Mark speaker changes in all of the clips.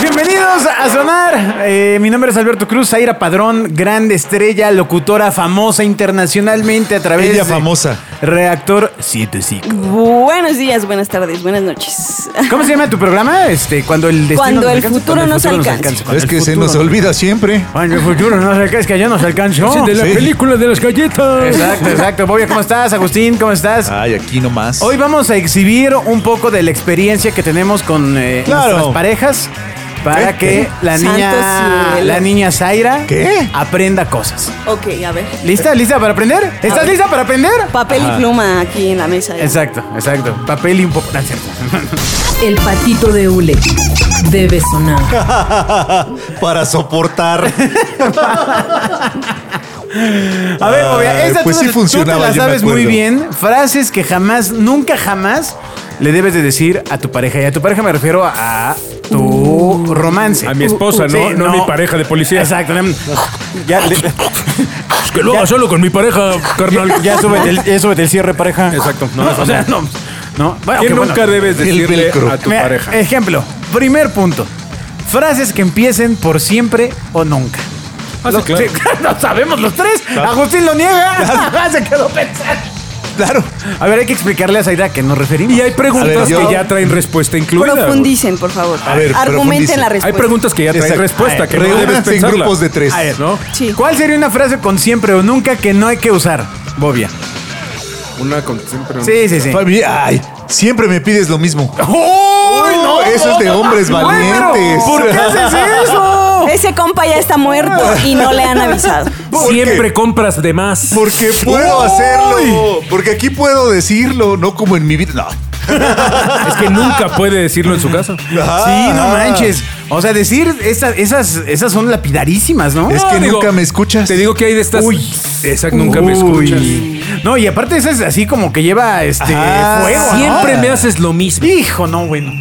Speaker 1: Bienvenidos a Sonar. Eh, mi nombre es Alberto Cruz, Zaira Padrón, gran estrella, locutora famosa internacionalmente a través
Speaker 2: Ella
Speaker 1: de
Speaker 2: famosa.
Speaker 1: Reactor 75.
Speaker 3: Buenos días, buenas tardes, buenas noches.
Speaker 1: ¿Cómo se llama tu programa? Este, cuando el destino
Speaker 3: Cuando
Speaker 1: nos
Speaker 3: el
Speaker 1: alcance,
Speaker 3: futuro nos alcance.
Speaker 1: cuando
Speaker 2: es
Speaker 1: el
Speaker 2: que se
Speaker 1: futuro
Speaker 2: nos olvida siempre.
Speaker 1: Cuando el futuro nos alcance, es que allá nos alcanzó.
Speaker 2: de la Sí.
Speaker 1: película de las galletas. Exacto, exacto. Bobia, ¿cómo estás? Agustín, ¿cómo estás?
Speaker 2: Ay, aquí nomás.
Speaker 1: Hoy vamos a exhibir un poco de la experiencia que tenemos con eh,
Speaker 2: Claro.
Speaker 1: nuestras parejas para
Speaker 2: ¿Qué?
Speaker 1: que la
Speaker 3: Santo
Speaker 1: niña,
Speaker 3: cielo.
Speaker 1: la niña Zaira
Speaker 2: ¿Qué?
Speaker 1: aprenda cosas.
Speaker 3: Ok, a ver.
Speaker 1: ¿Lista? ¿Lista para aprender? ¿Estás
Speaker 3: ver.
Speaker 1: lista para aprender?
Speaker 3: Papel y pluma aquí en la mesa. ya.
Speaker 1: Exacto, exacto. Papel y un poco. no, es cierto.
Speaker 4: El patito de hule debe sonar.
Speaker 2: Para soportar.
Speaker 1: A ver,
Speaker 2: Ah,
Speaker 1: Bobia, esta
Speaker 2: pues
Speaker 1: tú,
Speaker 2: sí
Speaker 1: tú
Speaker 2: funcionaba,
Speaker 1: te la
Speaker 2: yo me
Speaker 1: sabes muy
Speaker 2: acuerdo.
Speaker 1: bien. Frases que jamás, nunca jamás le debes de decir a tu pareja. Y a tu pareja me refiero a tu romance. Uh,
Speaker 5: A mi esposa, ¿no?
Speaker 1: Sí,
Speaker 5: no a mi pareja de policía.
Speaker 1: Exacto. no. Ya, le-
Speaker 5: Es que lo haga solo con mi pareja, carnal.
Speaker 1: ya, súbete el, ya súbete el cierre, pareja. Exacto. No, o sea, no. no. Bueno,
Speaker 5: ¿Qué
Speaker 1: ok, bueno.
Speaker 5: nunca debes
Speaker 2: El
Speaker 5: decirle
Speaker 2: velcro.
Speaker 5: a tu
Speaker 1: Mira,
Speaker 5: pareja?
Speaker 1: Ejemplo, primer punto. Frases que empiecen por siempre o nunca.
Speaker 5: Ah, sí,
Speaker 1: Lo-
Speaker 5: claro.
Speaker 1: sí, lo sabemos los tres. Agustín lo niega. Se quedó pensando.
Speaker 2: Claro.
Speaker 1: A ver, hay que explicarle a Zaira a qué nos referimos.
Speaker 5: Y hay preguntas
Speaker 2: A ver, yo-
Speaker 5: que ya traen respuesta incluida. güey.
Speaker 3: Profundicen, por favor.
Speaker 2: A ver,
Speaker 3: Argumenten
Speaker 2: profundicen.
Speaker 3: la
Speaker 2: Hay
Speaker 5: Hay
Speaker 3: respuesta.
Speaker 5: preguntas que ya traen
Speaker 2: Exacto.
Speaker 5: respuesta,
Speaker 1: Ay,
Speaker 5: que no debes
Speaker 2: Reúnanse en
Speaker 5: pensarla.
Speaker 2: grupos de tres.
Speaker 1: A ver,
Speaker 5: Pues, ¿No?
Speaker 3: Sí.
Speaker 1: ¿Cuál sería una frase con siempre o nunca que no hay que usar, Bobia?
Speaker 5: Una con siempre.
Speaker 1: Sí, sí, sí.
Speaker 2: Fabi- Ay, siempre me pides lo mismo.
Speaker 1: ¡Uy, no!
Speaker 2: Eso es de hombres
Speaker 1: Güey, pero,
Speaker 2: valientes.
Speaker 1: ¿Por qué haces eso?
Speaker 3: Ese compa ya está muerto y no le han avisado.
Speaker 2: ¿Por
Speaker 5: Siempre
Speaker 2: qué?
Speaker 5: compras de más.
Speaker 2: Porque puedo
Speaker 1: Uy.
Speaker 2: hacerlo. Porque aquí puedo decirlo, no como en mi vida. No.
Speaker 5: Es que nunca puede decirlo en su casa.
Speaker 1: Sí, no manches. O sea, decir esa- esas, esas son lapidarísimas, ¿no?
Speaker 2: Es que
Speaker 5: digo,
Speaker 2: nunca me escuchas.
Speaker 5: Te digo que hay de estas.
Speaker 1: Uy.
Speaker 5: exacto, nunca me
Speaker 1: Uy.
Speaker 5: escuchas.
Speaker 1: No, y aparte esa es así como que lleva este
Speaker 2: Ajá.
Speaker 1: fuego. ¿no?
Speaker 5: Siempre me haces lo mismo.
Speaker 1: Hijo, no, bueno.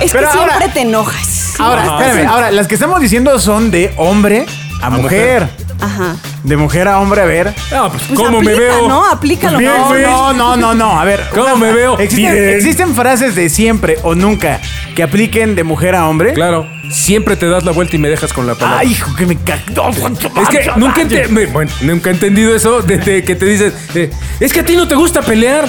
Speaker 3: Es que
Speaker 1: Pero ahora-
Speaker 3: siempre te enojas.
Speaker 1: Ahora,
Speaker 5: Ah,
Speaker 1: espérame,
Speaker 5: sí.
Speaker 1: ahora, las que estamos diciendo son de hombre a, mujer.
Speaker 3: Ajá.
Speaker 1: De mujer a hombre, a ver.
Speaker 5: Ah, pues,
Speaker 3: Pues
Speaker 5: ¿cómo me
Speaker 3: aplica,
Speaker 5: veo?
Speaker 3: No, aplícalo.
Speaker 5: Bien,
Speaker 3: no,
Speaker 5: güey.
Speaker 1: No, no, no, no. A ver.
Speaker 5: ¿Cómo me veo?
Speaker 1: Existen,
Speaker 5: Bien.
Speaker 1: existen frases de siempre o nunca que apliquen de mujer a hombre.
Speaker 5: Claro, siempre te das la vuelta y me dejas con la palabra.
Speaker 1: Ay, hijo, que me cagó.
Speaker 5: Es que nunca, ente- me- bueno, nunca he entendido eso desde que te dicen, eh, es que a ti no te gusta pelear.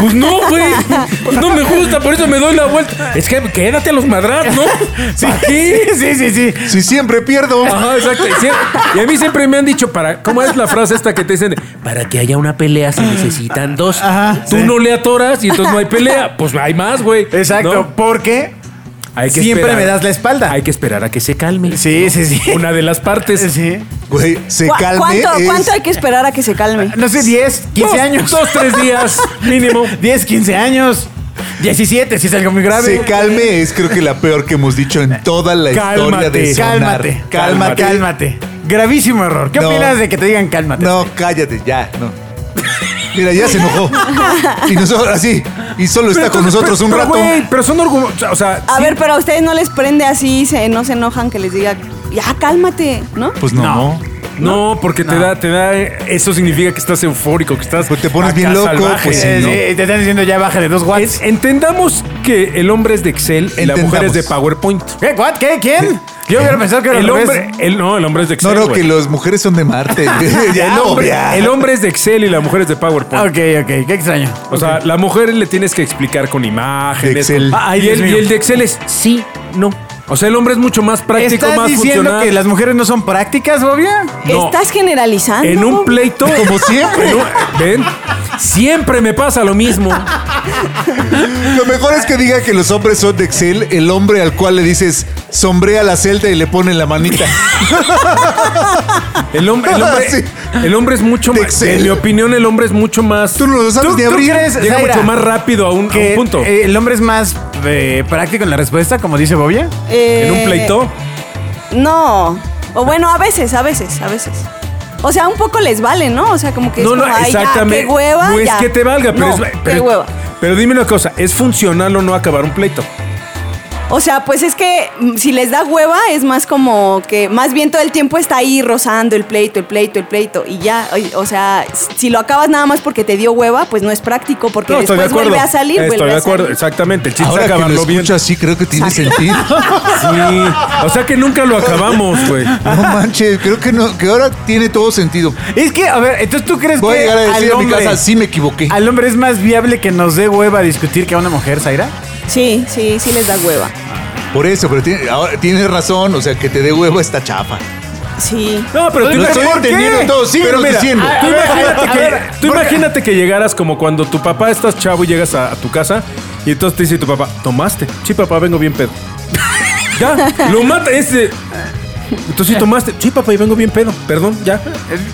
Speaker 5: Pues no, güey. Pues no me gusta, por eso me doy la vuelta. Es que quédate a los madras, ¿no?
Speaker 1: Sí,
Speaker 5: ¿Para qué?
Speaker 1: sí, sí, sí.
Speaker 2: Si siempre pierdo.
Speaker 5: Ajá, exacto. Y sie- Y a mí siempre me han dicho, para, ¿cómo es la frase esta que te dicen? Para que haya una pelea se necesitan dos.
Speaker 1: Ajá,
Speaker 5: Tú
Speaker 1: sí.
Speaker 5: no le atoras y entonces no hay pelea. Pues hay más, güey.
Speaker 1: Exacto,
Speaker 5: ¿No?
Speaker 1: porque
Speaker 5: Hay que
Speaker 1: siempre
Speaker 5: esperar.
Speaker 1: me das la espalda.
Speaker 5: Hay que esperar a que se calme.
Speaker 1: Sí, sí, sí.
Speaker 5: Una de las partes.
Speaker 1: Sí.
Speaker 2: Güey, se
Speaker 3: ¿Cu-
Speaker 2: calme.
Speaker 3: ¿Cuánto,
Speaker 2: es-
Speaker 3: cuánto hay que esperar a que se calme?
Speaker 1: No sé, 10, 15
Speaker 5: Dos-
Speaker 1: años.
Speaker 5: Dos, tres días mínimo.
Speaker 1: 10, 15 años. 17, si es algo muy grave.
Speaker 2: Se calme es creo que la peor que hemos dicho en toda la historia
Speaker 1: Cálmate,
Speaker 2: de sonar.
Speaker 1: cálmate, cálmate,
Speaker 2: cálmate.
Speaker 1: cálmate. Gravísimo error. ¿Qué
Speaker 2: No.
Speaker 1: opinas de que te digan cálmate?
Speaker 2: No, cállate, ya, no. Mira, ya se enojó. Y nosotros así. Y solo está con nosotros un
Speaker 5: pero,
Speaker 2: rato.
Speaker 5: güey, pero son argumentos. O sea,
Speaker 3: A
Speaker 5: sí,
Speaker 3: ver, pero a ustedes no les prende así, se, no se enojan que les diga, ya cálmate, ¿no?
Speaker 2: Pues no.
Speaker 1: No.
Speaker 5: No, porque te da, te da. Eso significa que estás eufórico, que estás.
Speaker 2: Pues te pones
Speaker 5: acá
Speaker 2: bien loco,
Speaker 5: salvaje,
Speaker 2: pues sí,
Speaker 1: Eh,
Speaker 2: ¿no?
Speaker 1: eh, te están diciendo ya baja de dos watts.
Speaker 5: Es- entendamos que el hombre es de Excel y la
Speaker 2: Entendamos.
Speaker 5: mujer es de PowerPoint.
Speaker 1: ¿Qué? ¿What? ¿Qué? ¿Quién? Yo hubiera pensado que era
Speaker 5: el
Speaker 1: al revés.
Speaker 5: hombre, el, no, el hombre es de Excel.
Speaker 2: No, no,
Speaker 5: güey.
Speaker 2: que las mujeres son de Marte. ya,
Speaker 5: el, hombre,
Speaker 2: obvia.
Speaker 5: el hombre es de Excel y la mujer es de PowerPoint.
Speaker 1: Ok, ok, qué extraño.
Speaker 5: O sea, la mujer le tienes que explicar con imágenes.
Speaker 2: De Excel.
Speaker 5: con-
Speaker 1: Ay,
Speaker 5: y,
Speaker 1: Dios
Speaker 5: el,
Speaker 1: mío.
Speaker 5: y el de Excel es sí, no. O sea, el hombre es mucho más práctico,
Speaker 1: ¿Estás
Speaker 5: más
Speaker 1: diciendo
Speaker 5: funcional.
Speaker 1: que las mujeres no son prácticas, Bobia?
Speaker 5: Pues, No.
Speaker 3: Estás generalizando.
Speaker 5: En un pleito.
Speaker 2: Como siempre.
Speaker 5: en un- ¿Ven? Siempre me pasa lo mismo.
Speaker 2: Lo mejor es que diga que los hombres son de Excel, el hombre al cual le dices sombrea la celda y le pone la manita.
Speaker 5: El hombre, el hombre,
Speaker 2: Sí.
Speaker 5: el hombre es mucho
Speaker 2: De
Speaker 5: más.
Speaker 2: Excel.
Speaker 5: En mi opinión, el hombre es mucho más.
Speaker 2: Tú no lo sabes
Speaker 1: ¿Tú-
Speaker 2: ni
Speaker 1: tú
Speaker 2: abrir.
Speaker 1: crees?
Speaker 5: llega
Speaker 1: Zaira,
Speaker 5: mucho más rápido a un, a
Speaker 1: que,
Speaker 5: un punto.
Speaker 1: eh, el hombre es más eh, práctico en la respuesta, como dice Bobia.
Speaker 3: Eh,
Speaker 5: en un pleito.
Speaker 3: No. O bueno, a veces, a veces, a veces. O sea, un poco les vale, ¿no? O sea, como que
Speaker 5: No,
Speaker 3: es
Speaker 5: no,
Speaker 3: como, "Ay, ya,
Speaker 5: exactamente.
Speaker 3: qué hueva.
Speaker 5: no es
Speaker 3: ya".
Speaker 5: que te valga, pero
Speaker 3: No,
Speaker 5: es.
Speaker 3: qué
Speaker 5: Pero,
Speaker 3: hueva.
Speaker 5: pero dime una cosa: ¿es funcional o no acabar un pleito?
Speaker 3: O sea, pues es que mm, si les da hueva es más como que más bien todo el tiempo está ahí rozando el pleito, el pleito, el pleito y ya, Oye, o sea, si lo acabas nada más porque te dio hueva, pues no es práctico porque
Speaker 5: No, estoy de
Speaker 3: después
Speaker 5: acuerdo.
Speaker 3: vuelve a salir,
Speaker 5: estoy
Speaker 3: vuelve a
Speaker 5: de acuerdo,
Speaker 3: salir.
Speaker 5: exactamente. El chiste
Speaker 2: Ahora
Speaker 5: es
Speaker 2: que
Speaker 5: acabarlo
Speaker 2: lo
Speaker 5: bien.
Speaker 2: escucho así, creo que tiene sentido.
Speaker 5: Sí. O sea que nunca lo acabamos, güey.
Speaker 2: No manches, creo que no, que ahora tiene todo sentido.
Speaker 1: Es que, a ver, entonces tú crees
Speaker 2: Voy a
Speaker 1: que
Speaker 2: llegar a decir
Speaker 1: al
Speaker 2: a mi
Speaker 1: hombre,
Speaker 2: casa, sí me equivoqué.
Speaker 1: al hombre es más viable que nos dé hueva discutir que a una mujer, Zaira.
Speaker 3: Sí, sí, sí les da hueva.
Speaker 2: Por eso, pero tiene- ahora tienes razón, o sea, que te dé huevo esta chafa.
Speaker 3: Sí.
Speaker 5: No, pero tú
Speaker 2: Lo estoy
Speaker 5: imagínate-
Speaker 2: entendiendo todo, síguenos
Speaker 5: mira,
Speaker 2: diciendo.
Speaker 5: Tú imagínate,
Speaker 1: a
Speaker 5: que,
Speaker 1: ver,
Speaker 5: tú imagínate que llegaras como cuando tu papá estás chavo y llegas a, a tu casa y entonces te dice tu papá, ¿tomaste? Sí, papá, vengo bien pedo. ya, lo mata ese. Entonces sí tomaste. Sí, papá, y vengo bien pedo. Perdón, ya.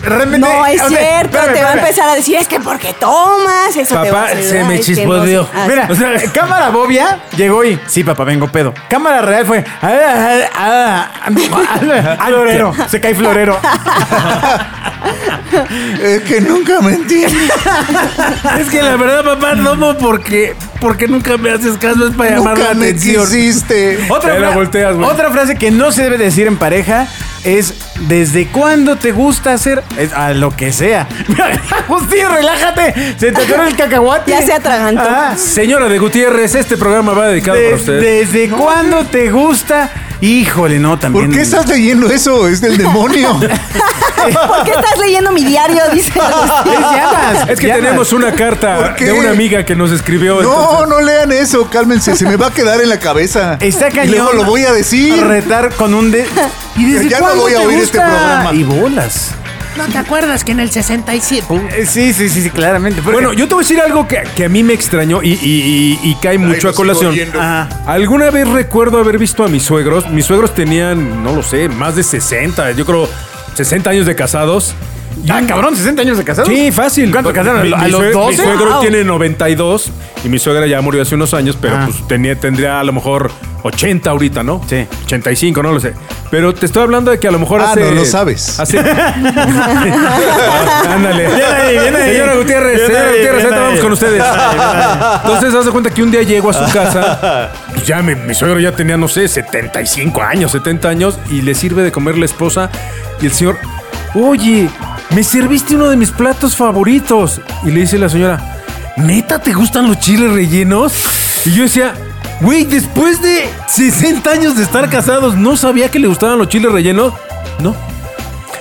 Speaker 1: Realmente,
Speaker 3: No, es
Speaker 1: o sea,
Speaker 3: cierto,
Speaker 1: espérame,
Speaker 3: te va a
Speaker 1: espérame.
Speaker 3: empezar a decir, es que porque tomas, eso te va a
Speaker 5: Papá,
Speaker 3: hacer,
Speaker 5: se me
Speaker 3: "Ay, es que
Speaker 5: chispodeó".
Speaker 3: no sé". Ah,
Speaker 1: Mira,
Speaker 5: O sea-
Speaker 1: cámara bobia llegó y sí, papá, vengo pedo. Cámara real fue ah, ah, ah, ah, ah, florero, se cae florero.
Speaker 2: Es que nunca me entiendes.
Speaker 5: Es que la verdad, papá, tomo porque, porque nunca me haces caso, es para
Speaker 2: Nunca me quisiste.
Speaker 1: Otra,
Speaker 5: Te la
Speaker 1: fra-
Speaker 5: volteas, güey.
Speaker 1: otra frase que no se debe decir en pareja es ¿desde cuándo te gusta hacer Es a lo que sea? Agustín, relájate, se te atoró el cacahuate.
Speaker 3: Ya se atragantó.
Speaker 1: Ah,
Speaker 5: Señora de Gutiérrez, este programa va dedicado para
Speaker 1: des-
Speaker 5: usted.
Speaker 1: ¿Desde cuándo te gusta? Híjole, no, también. Pues
Speaker 2: ¿Por qué estás leyendo eso? Es del demonio.
Speaker 3: ¿Por qué estás leyendo mi diario? Dice Agustín.
Speaker 1: Es llamas,
Speaker 5: Es que
Speaker 1: llamas.
Speaker 5: tenemos una
Speaker 2: ¿Por
Speaker 5: carta
Speaker 2: qué?
Speaker 5: de una amiga que nos escribió.
Speaker 2: No,
Speaker 5: entonces-
Speaker 2: no lean eso, cálmense, se me va a quedar en la cabeza.
Speaker 1: Está
Speaker 2: Y
Speaker 1: cañón.
Speaker 2: luego lo voy a decir.
Speaker 1: Retar con un de. ¿Y desde
Speaker 2: Ya no
Speaker 1: cuándo
Speaker 2: voy a
Speaker 1: te
Speaker 2: oír
Speaker 1: gusta?
Speaker 2: este programa.
Speaker 1: Y bolas.
Speaker 6: ¿No te acuerdas que en el 67?
Speaker 1: Eh, Sí, sí, sí, sí, claramente. eh, porque-
Speaker 5: Bueno, yo te voy a decir algo que, que a mí me extrañó y, y- y- y cae mucho
Speaker 2: lo
Speaker 5: a
Speaker 2: sigo
Speaker 5: colación.
Speaker 2: oyendo.
Speaker 1: Ajá.
Speaker 5: Alguna vez recuerdo haber visto a mis suegros. Mis suegros tenían, no lo sé, más de 60, yo creo 60 años de casados. Y
Speaker 1: Ah,
Speaker 5: un-
Speaker 1: cabrón, 60 años de casados.
Speaker 5: Sí, fácil.
Speaker 1: ¿Cuánto
Speaker 5: Mi-
Speaker 1: casaron?
Speaker 5: mi-
Speaker 1: ¿A
Speaker 5: mi
Speaker 1: los
Speaker 5: sue-
Speaker 1: 12?
Speaker 5: Mi suegro
Speaker 1: Wow.
Speaker 5: tiene 92 y mi suegra ya murió hace unos años, pero
Speaker 1: Ah.
Speaker 5: pues tenía, tendría a lo mejor 80 ahorita, ¿no?
Speaker 1: Sí.
Speaker 5: 85, no lo sé. Pero te estoy hablando de que a lo mejor
Speaker 2: Ah,
Speaker 5: hace...
Speaker 2: no lo sabes.
Speaker 5: Hace... Ándale.
Speaker 1: Viene ahí, viene ahí.
Speaker 5: Señora Gutiérrez,
Speaker 1: Viene
Speaker 5: señora
Speaker 1: ahí, viene
Speaker 5: Gutiérrez, ahorita
Speaker 1: ahí.
Speaker 5: vamos con ustedes. Entonces, haz de cuenta que un día llego a su casa, pues ya mi, mi suegro ya tenía, no sé, 75 años, 70 años, y le sirve de comer la esposa, y el señor, oye, me serviste uno de mis platos favoritos. Y le dice la señora, ¿neta te gustan los chiles rellenos? Y yo decía... Güey, después de 60 años de estar casados, ¿no sabía que le gustaban los chiles rellenos? No.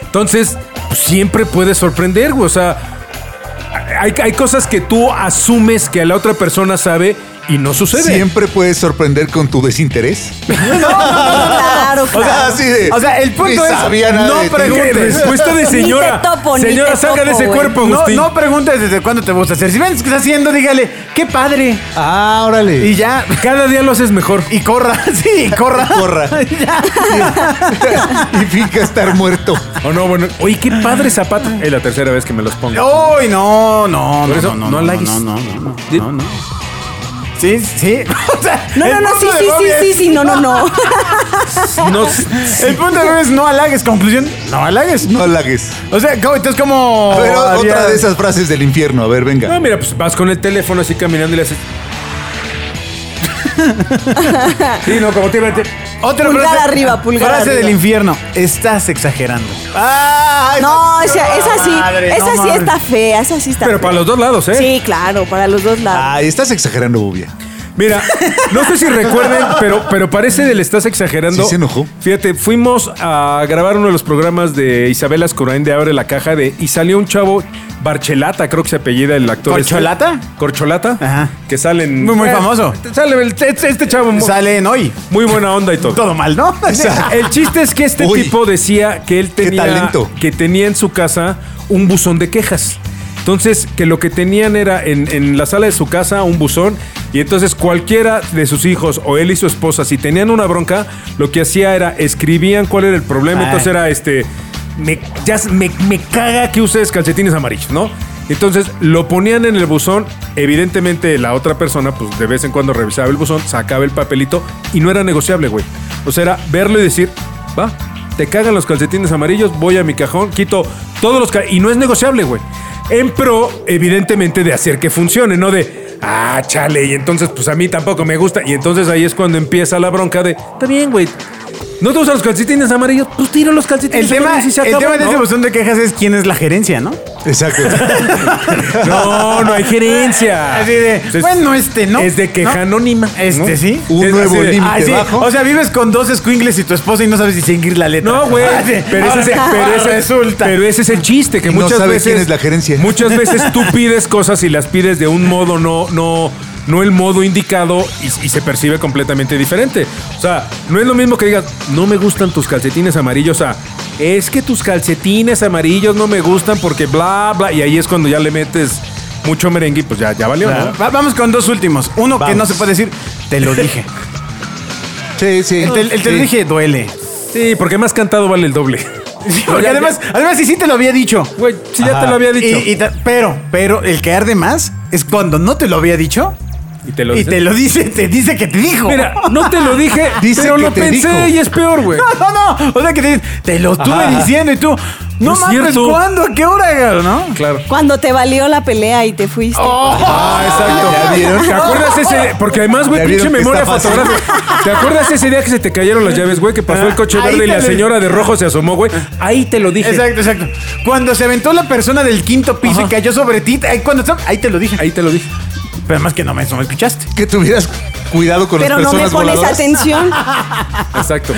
Speaker 5: Entonces, pues, siempre puede sorprender, güey. O sea, hay, hay cosas que tú asumes que la otra persona sabe y no sucede.
Speaker 2: Siempre puedes sorprender con tu desinterés.
Speaker 3: Claro,
Speaker 2: O sea,
Speaker 3: claro.
Speaker 2: así de.
Speaker 1: O sea, el punto
Speaker 2: ni
Speaker 1: es,
Speaker 2: sabía nada
Speaker 5: No
Speaker 2: de ti.
Speaker 5: preguntes. Respuesta de señora.
Speaker 3: Ni te topo, ni
Speaker 5: señora,
Speaker 3: te
Speaker 5: saca
Speaker 3: topo,
Speaker 5: de ese
Speaker 3: güey.
Speaker 5: cuerpo,
Speaker 1: No,
Speaker 5: Agustín.
Speaker 1: no preguntes desde cuándo te gusta hacer. Si ven que estás haciendo, dígale, qué padre.
Speaker 2: Ah, órale.
Speaker 1: Y ya.
Speaker 5: Cada día lo haces mejor.
Speaker 1: Y corra, sí, y corra.
Speaker 2: Corra.
Speaker 1: Ya.
Speaker 2: y finca estar muerto.
Speaker 5: O Oh, no, bueno. Oye, qué padre zapato. Es la tercera vez que me los pongo.
Speaker 1: Uy, no, no,
Speaker 5: Por
Speaker 1: no,
Speaker 5: eso,
Speaker 1: no,
Speaker 5: no
Speaker 1: no,
Speaker 5: lagues.
Speaker 1: no, no, no, no, no. Sí, sí. O sea,
Speaker 3: No,
Speaker 1: el
Speaker 3: no, no, sí,
Speaker 1: punto de
Speaker 3: sí, sí,
Speaker 1: Bobby es-
Speaker 3: sí, sí, no, no, no.
Speaker 5: No,
Speaker 1: El punto de Bobby es no halagues. Conclusión, no halagues.
Speaker 2: No halagues.
Speaker 1: O sea, como- entonces
Speaker 3: Oh,
Speaker 1: como...
Speaker 2: A ver, o-
Speaker 1: había-
Speaker 2: otra de esas frases del infierno. A ver,
Speaker 5: no,
Speaker 2: venga.
Speaker 5: mira, pues vas con el teléfono así caminando y le haces. sí, no, como te
Speaker 1: Otra
Speaker 3: Pulgar arriba, pulgar
Speaker 1: frase
Speaker 3: arriba.
Speaker 1: del infierno. Estás exagerando.
Speaker 2: Ay,
Speaker 3: No, o sea, esa sí,
Speaker 1: madre,
Speaker 3: esa
Speaker 1: no
Speaker 3: sí
Speaker 1: mames.
Speaker 3: está fea, esa sí está
Speaker 5: Pero
Speaker 3: fea.
Speaker 5: para los dos lados, ¿eh?
Speaker 3: Sí, claro, para los dos lados.
Speaker 2: Ay, estás exagerando, Bobia.
Speaker 5: Mira, no sé si recuerden, pero, pero parece del estás exagerando.
Speaker 2: Sí, se enojó.
Speaker 5: Fíjate, fuimos a grabar uno de los programas de Isabel Ascurain de Abre la Caja de y salió un chavo, Barchelata, creo que se apellida el actor. este.
Speaker 1: ¿Corcholata?
Speaker 5: Corcholata.
Speaker 1: Ajá.
Speaker 5: Que salen.
Speaker 1: Muy, muy famoso.
Speaker 5: Sale el- este, este chavo. mu-
Speaker 1: Salen hoy.
Speaker 5: Muy buena onda y todo.
Speaker 1: Todo mal, ¿no?
Speaker 5: El chiste es que este
Speaker 2: Uy.
Speaker 5: tipo decía que él
Speaker 2: Qué
Speaker 5: tenía,
Speaker 2: talento.
Speaker 5: que tenía en su casa un buzón de quejas. Entonces, que lo que tenían era en, en la sala de su casa un buzón y entonces cualquiera de sus hijos o él y su esposa, si tenían una bronca, lo que hacía era escribían cuál era el problema.
Speaker 1: Ay.
Speaker 5: Entonces era este, me, ya s- me- me caga que uses calcetines amarillos, ¿no? Entonces lo ponían en el buzón, evidentemente la otra persona pues de vez en cuando revisaba el buzón, sacaba el papelito y no era negociable, güey. O sea, era verlo y decir, va, te cagan los calcetines amarillos, voy a mi cajón, quito todos los... cal-". Y no es negociable, güey. en pro, evidentemente, de hacer que funcione, no de, ah, chale, y entonces, pues a mí tampoco me gusta. Y entonces ahí es cuando empieza la bronca de, está bien, güey. ¿No te gustan los calcetines amarillos? Pues tira los calcetines
Speaker 1: El tema,
Speaker 5: amarillos y se
Speaker 1: el
Speaker 5: acabó,
Speaker 1: tema de
Speaker 5: ¿no?
Speaker 1: ese buzón de quejas es quién es la gerencia, ¿no?
Speaker 2: Exacto.
Speaker 5: Oh, No, no hay gerencia.
Speaker 1: pues, Así de,
Speaker 5: Entonces,
Speaker 1: bueno, este no.
Speaker 5: Es de queja
Speaker 1: ¿No?
Speaker 5: anónima.
Speaker 1: Este
Speaker 5: ¿no?
Speaker 1: sí.
Speaker 2: Un
Speaker 5: Es
Speaker 2: nuevo
Speaker 5: así de,
Speaker 2: límite.
Speaker 1: Ah, sí.
Speaker 2: bajo.
Speaker 1: O sea, vives con dos squinkles y tu esposa y no sabes distinguir la letra.
Speaker 5: No, güey.
Speaker 1: Ah, sí.
Speaker 5: Pero, ese es, el-
Speaker 1: Ahora
Speaker 5: pero ese-
Speaker 1: resulta.
Speaker 5: pero ese es el chiste, que
Speaker 2: Y no
Speaker 5: muchas
Speaker 2: sabe
Speaker 5: veces.
Speaker 2: quién es la gerencia.
Speaker 5: Muchas veces tú pides cosas y las pides de un modo no, no, no el modo indicado y, y se percibe completamente diferente. O sea, no es lo mismo que digas, no me gustan tus calcetines amarillos a. Es que tus calcetines amarillos no me gustan porque bla, bla. Y ahí es cuando ya le metes mucho merengue y pues ya, ya valió, ¿no?
Speaker 1: Va- vamos con dos últimos. Uno que
Speaker 2: Vamos.
Speaker 1: no se puede decir, te lo dije.
Speaker 2: Sí, sí.
Speaker 1: El, te- el te lo
Speaker 2: Sí.
Speaker 1: dije duele.
Speaker 5: Sí, porque más cantado vale el doble.
Speaker 1: Porque
Speaker 5: ya-
Speaker 1: además, además sí, sí te lo había dicho.
Speaker 5: Güey, sí ya te lo había dicho.
Speaker 1: Y- y ta- pero, pero el que arde más es cuando no te lo había dicho
Speaker 5: Y te
Speaker 1: y
Speaker 5: dicen.
Speaker 1: te lo dice, te dice que te dijo.
Speaker 5: Mira, no te lo dije,
Speaker 2: Dice
Speaker 5: pero
Speaker 2: que
Speaker 5: lo
Speaker 2: te
Speaker 5: pensé
Speaker 2: dijo.
Speaker 5: y es peor, güey.
Speaker 1: No, no, no. O sea que te, dicen, te lo estuve
Speaker 5: Ajá.
Speaker 1: diciendo y tú, no,
Speaker 5: No es
Speaker 1: mames,
Speaker 5: cierto.
Speaker 1: ¿cuándo? ¿A qué hora, güey? ¿No?
Speaker 5: Claro.
Speaker 3: Cuando te valió la pelea y te fuiste.
Speaker 2: Oh.
Speaker 5: Ah, exacto.
Speaker 2: ¿Ya vieron?
Speaker 5: ¿Te acuerdas ese? Porque además, güey,
Speaker 2: ¿Ya vieron
Speaker 5: pinche
Speaker 2: que
Speaker 5: memoria
Speaker 2: está fácil?
Speaker 5: fotográfica. ¿Te acuerdas ese día que se te cayeron las llaves, güey? Que pasó el coche
Speaker 1: Ah, Ahí
Speaker 5: verde
Speaker 1: te
Speaker 5: y la
Speaker 1: lo-
Speaker 5: señora de rojo se asomó, güey. Ahí te lo dije.
Speaker 1: Exacto, exacto. Cuando se aventó la persona del quinto piso y cayó sobre ti, ahí, cuando, ahí te lo dije.
Speaker 5: Ahí te lo dije.
Speaker 1: Pero más que no me, no me escuchaste.
Speaker 2: Que tuvieras cuidado con
Speaker 3: Pero
Speaker 2: las
Speaker 3: no me
Speaker 2: personas
Speaker 3: pones
Speaker 2: voladoras.
Speaker 3: atención.
Speaker 5: Exacto.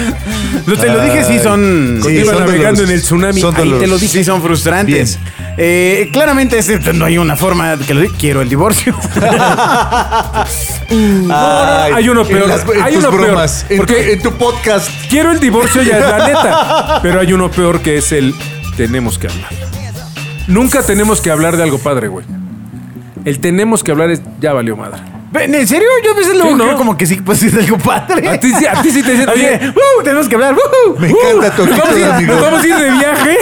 Speaker 1: Lo- te lo dije, sí, son.
Speaker 2: Sí,
Speaker 5: Contigo
Speaker 2: son
Speaker 5: navegando
Speaker 2: dolorosos.
Speaker 5: en el tsunami.
Speaker 2: Son
Speaker 5: Ahí te lo
Speaker 2: dolorosos.
Speaker 5: dije.
Speaker 1: Sí, son frustrantes. Eh, claramente, ese no hay una forma de que lo diga. Quiero el divorcio.
Speaker 2: Ay,
Speaker 5: hay uno
Speaker 2: en
Speaker 5: peor,
Speaker 2: las- en
Speaker 5: hay
Speaker 2: tus
Speaker 5: uno peor.
Speaker 2: bromas. En,
Speaker 5: Porque-
Speaker 2: tu, en tu podcast.
Speaker 5: Quiero el divorcio ya es la neta. Pero hay uno peor que es el tenemos que hablar. Nunca tenemos que hablar de algo padre, güey. El tenemos que hablar es ya valió madre.
Speaker 1: Ven, ¿En serio? Yo a veces lo
Speaker 5: Sí, ¿no?
Speaker 1: creo como que sí puede ser algo padre.
Speaker 5: A ti, sí- a ti sí te dicen,
Speaker 1: Oye,
Speaker 5: oye,
Speaker 1: ¡uh! tenemos que hablar. ¡uh!
Speaker 2: Me encanta tu
Speaker 5: nos
Speaker 2: actitud,
Speaker 5: vamos, a ir,
Speaker 2: amigo.
Speaker 5: nos vamos a ir de viaje.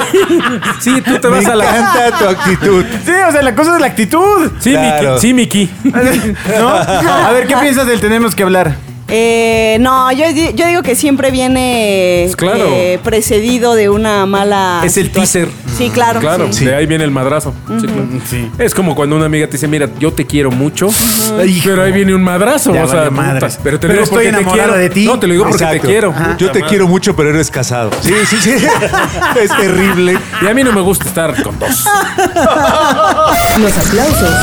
Speaker 5: Sí, tú te
Speaker 2: Me
Speaker 5: vas a la.
Speaker 2: encanta tu actitud.
Speaker 1: Sí, o sea, la cosa es la actitud.
Speaker 5: Sí,
Speaker 2: Claro.
Speaker 5: Miki. Sí, Miki.
Speaker 1: ¿No? A ver, ¿qué piensas del tenemos que hablar?
Speaker 3: Eh, no, yo, di- yo digo que siempre viene
Speaker 5: Pues claro.
Speaker 3: eh, precedido de una mala.
Speaker 5: Es el
Speaker 3: situación.
Speaker 5: teaser.
Speaker 3: Sí, claro.
Speaker 5: Claro,
Speaker 3: sí.
Speaker 5: de ahí viene el madrazo. Sí, claro.
Speaker 1: Sí.
Speaker 5: Es como cuando una amiga te dice, mira, yo te quiero mucho,
Speaker 1: Hijo.
Speaker 5: pero ahí viene un madrazo.
Speaker 1: Ya
Speaker 5: o sea,
Speaker 1: valió madres.
Speaker 5: putas, pero te
Speaker 1: Pero
Speaker 5: lo digo
Speaker 1: estoy
Speaker 5: porque te
Speaker 1: enamorado
Speaker 5: quiero.
Speaker 1: de ti.
Speaker 5: No, te lo digo porque
Speaker 2: Exacto.
Speaker 5: te quiero.
Speaker 2: Yo te quiero mucho, pero eres casado. Sí, sí, sí. es terrible.
Speaker 5: Y a mí no me gusta estar con dos.
Speaker 4: Los aplausos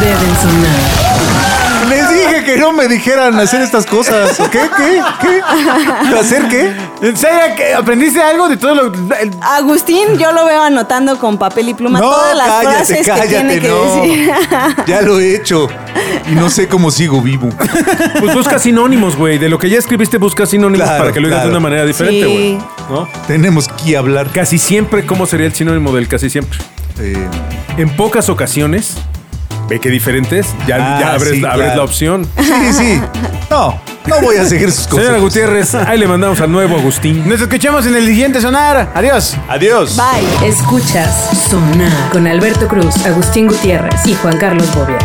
Speaker 4: deben sonar.
Speaker 2: Les dije que no me dijeran hacer estas cosas. ¿Qué? ¿Qué? ¿Qué? ¿Hacer qué?
Speaker 1: ¿En serio? que ¿Aprendiste algo de todo lo.? el-
Speaker 3: Agustín, yo lo veo anotando con papel y pluma todas las frases que tiene que decir.
Speaker 2: Ya lo he hecho. Y no sé cómo sigo vivo.
Speaker 5: Pues busca sinónimos, güey. De lo que ya escribiste, busca sinónimos
Speaker 2: Claro,
Speaker 5: para que lo digas de
Speaker 2: claro.
Speaker 5: una manera diferente,
Speaker 3: Sí.
Speaker 5: güey. ¿No?
Speaker 2: Tenemos que hablar.
Speaker 5: Casi siempre, ¿cómo sería el sinónimo del casi siempre?
Speaker 2: Eh,
Speaker 5: En pocas ocasiones, ve que diferentes, ya,
Speaker 2: Ah,
Speaker 5: ya abres,
Speaker 2: sí,
Speaker 5: abres
Speaker 2: claro.
Speaker 5: la opción.
Speaker 2: sí, sí. No, no voy a seguir sus
Speaker 5: Señora
Speaker 2: cosas.
Speaker 5: Gutiérrez, ahí le mandamos al nuevo Agustín.
Speaker 1: Nos escuchamos en el siguiente sonar. Adiós.
Speaker 2: Adiós.
Speaker 3: Bye.
Speaker 4: Escuchas Sonar con Alberto Cruz, Agustín Gutiérrez y Juan Carlos Bobia.